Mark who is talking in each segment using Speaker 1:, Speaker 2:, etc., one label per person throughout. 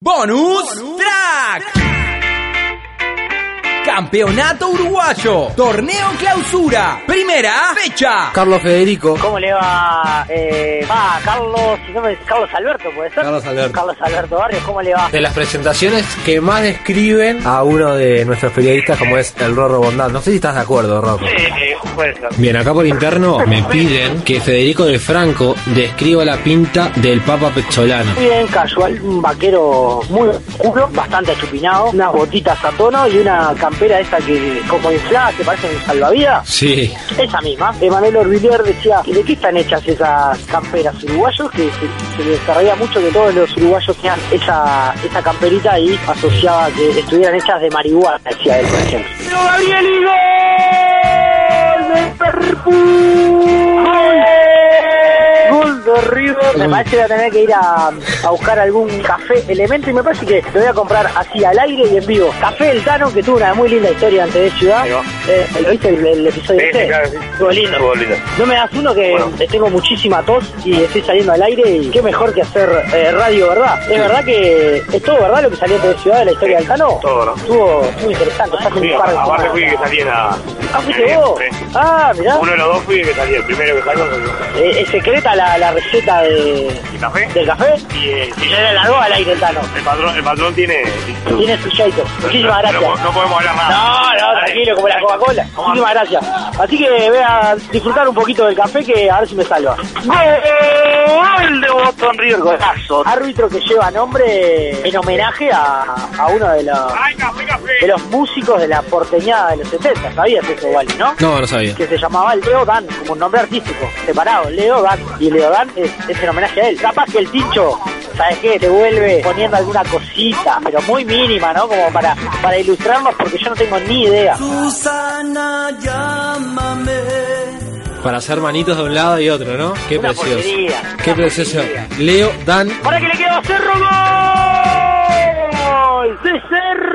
Speaker 1: Bonus, track. Campeonato Uruguayo. Torneo Clausura. Primera fecha.
Speaker 2: Carlos Federico.
Speaker 3: ¿Cómo le va? Eh, va, Carlos, ¿su nombre es Carlos Alberto, ¿puede ser?
Speaker 2: Carlos Alberto.
Speaker 3: Carlos Alberto Barrios, ¿cómo le va?
Speaker 4: de las presentaciones que más describen
Speaker 2: A uno de nuestros periodistas como es el Rorro Bondad. No sé si estás de acuerdo, Rorro.
Speaker 3: puede ser.
Speaker 4: Bien, acá por interno me piden que Federico de Franco describa la pinta del Papa Pecholano.
Speaker 3: Muy bien, casual, un vaquero muy oscuro, bastante achupinado, unas botitas a tono y una campera esa que como inflada, que parece un salvavidas.
Speaker 4: Sí,
Speaker 3: Esa misma. Emanuel Orbiler decía, ¿de qué están hechas esas camperas uruguayos? Que se, se les desarrolla mucho que todos los uruguayos tenían esa, esa camperita y asociaba que estuvieran hechas de marihuana, decía él, por ejemplo. Gabriel Gol de River. Me parece que voy a tener que ir a, a buscar algún café elemento y me parece que lo voy a comprar así al aire y en vivo. Café El Tano, que tuvo una muy linda historia antes de Ciudad.
Speaker 5: Ahí va.
Speaker 3: Eh, ¿Lo viste el, el episodio? este? Estuvo lindo.
Speaker 5: Estuvo lindo.
Speaker 3: No me das uno que
Speaker 5: Bueno.
Speaker 3: tengo muchísima tos y estoy saliendo al aire y qué mejor que hacer eh, radio, ¿verdad? Es verdad que es todo verdad lo que salió de Ciudad de la historia del Cano.
Speaker 5: Todo, ¿no?
Speaker 3: Estuvo muy interesante, está hace
Speaker 5: Sí,
Speaker 3: un par de
Speaker 5: aparte
Speaker 3: semanas.
Speaker 5: fui que salí en la...
Speaker 3: Ah, fuiste
Speaker 5: en el vivo,
Speaker 3: vos.
Speaker 5: sí.
Speaker 3: Ah, mirá.
Speaker 5: Uno de los dos fui que salí, el primero que salió salió.
Speaker 3: Eh, ¿Es secreta la, la receta de,
Speaker 5: ¿Y café?
Speaker 3: del café?
Speaker 5: Y eh, sí,
Speaker 3: Se la largó al aire el Tano.
Speaker 5: el patrón, el patrón tiene...
Speaker 3: Tiene su shaker. Muchísimas gracias.
Speaker 5: No, no podemos hablar más.
Speaker 3: No, no, tranquilo, como la Coca-Cola. Muchísimas gracias. Así que voy a disfrutar un poquito del café que a ver si me salva.
Speaker 5: Gol de Boston River, golazo.
Speaker 3: Árbitro que lleva nombre en homenaje a, a uno de los,
Speaker 5: ¡Ay, café,
Speaker 3: de
Speaker 5: café!
Speaker 3: los músicos de la porteñada de los 70. ¿Sabías eso, Wally, no?
Speaker 4: no, no sabía.
Speaker 3: Que se llamaba Leo Dan, como un nombre artístico, separado, Leo Dan. Y Leo Dan es, es en homenaje a él. Capaz que el tincho, ¿sabes qué? Te vuelve poniendo alguna cosita, pero muy mínima, ¿no? Como para, para ilustrarnos, porque yo no tengo ni idea.
Speaker 4: Para hacer manitos de un lado y otro, ¿no? Qué
Speaker 3: Una
Speaker 4: precioso.
Speaker 3: porquería,
Speaker 4: Qué
Speaker 3: una
Speaker 4: precioso.
Speaker 3: porquería.
Speaker 4: Leo, Dan,
Speaker 3: Ahora que le quedó a Cerro, gol de Cerro.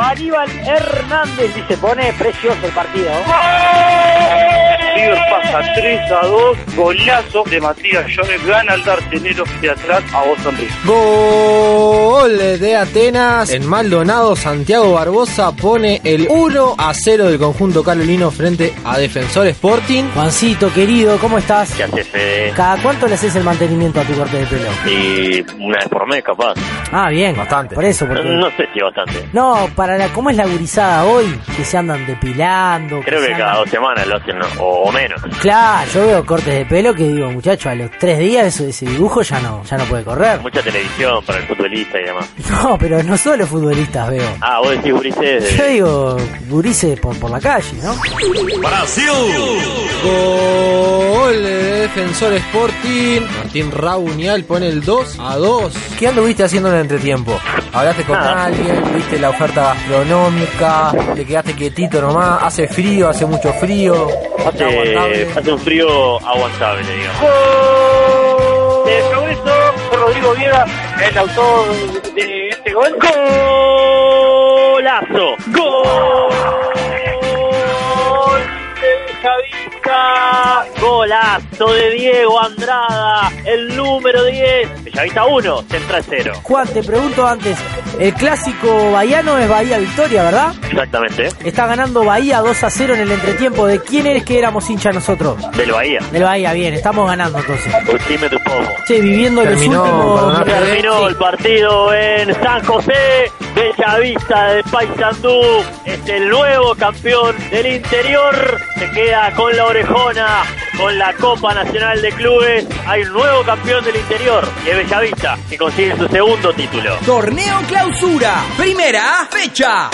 Speaker 3: Aníbal Hernández y se pone precioso el partido.
Speaker 5: Eh.
Speaker 6: River pasa 3 a 2, golazo de Matías Jones, gana el Darcenero de atrás a Boston River.
Speaker 4: Gol de Atenas. En Maldonado, Santiago Barbosa pone el 1 a 0 del conjunto carolino frente a Defensor Sporting.
Speaker 7: Juancito, querido, ¿cómo estás?
Speaker 6: ¿Qué hace Fede?
Speaker 7: ¿Cada cuánto le haces el mantenimiento a tu corte de pelo?
Speaker 6: Y una vez por mes, capaz.
Speaker 7: Ah, bien.
Speaker 2: Bastante.
Speaker 7: Por eso, porque...
Speaker 6: No sé si bastante.
Speaker 7: No, para la... ¿Cómo es la gurizada hoy? Que se andan depilando.
Speaker 6: Creo
Speaker 7: se
Speaker 6: que
Speaker 7: andan-
Speaker 6: cada dos semanas lo hacen, ¿no? o, o menos.
Speaker 7: Claro, yo veo cortes de pelo que digo, muchacho, a los tres días eso, ese dibujo ya no, ya no puede correr.
Speaker 6: Mucha televisión para el futbolista y demás.
Speaker 7: No, pero no solo futbolistas veo.
Speaker 6: Ah, vos decís, Ulises.
Speaker 7: Yo
Speaker 6: eh,
Speaker 7: digo, gurises por, por la calle, ¿no?
Speaker 4: Gol de Defensor Sporting. Martín Raunial pone el 2 a 2.
Speaker 2: ¿Qué anduviste haciendo en el entretiempo? ¿Hablaste con
Speaker 6: Nada.
Speaker 2: alguien? ¿Viste la oferta gastronómica? ¿Te quedaste quietito nomás? ¿Hace frío? ¿Hace mucho frío? ¿Está
Speaker 6: hace,
Speaker 2: aguantable?
Speaker 6: hace un frío aguantable, digamos.
Speaker 3: De progreso, Rodrigo Viega, el autor de este gol.
Speaker 6: ¡Golazo!
Speaker 3: Gol de Chavista.
Speaker 6: ¡Golazo de Diego Andrada! El número 10. Bellavista 1, Central 0.
Speaker 7: Juan, te pregunto antes, el clásico bahiano es Bahía Victoria, ¿verdad?
Speaker 6: Exactamente.
Speaker 7: Está ganando Bahía 2 a 0 en el entretiempo. ¿De quién eres que éramos hincha nosotros?
Speaker 6: Del Bahía.
Speaker 7: Del Bahía, bien, estamos ganando entonces.
Speaker 6: Dime tu pomo.
Speaker 7: Che, viviendo
Speaker 2: Terminó,
Speaker 7: los últimos...
Speaker 2: perdón,
Speaker 6: Terminó el partido en San José, Bellavista de Paysandú, es el nuevo campeón del interior, se queda con la orejona, con la Copa Nacional de Clubes, hay un nuevo campeón del interior, y es Bellavista, que consigue su segundo título.
Speaker 1: Torneo Clausura. Primera fecha.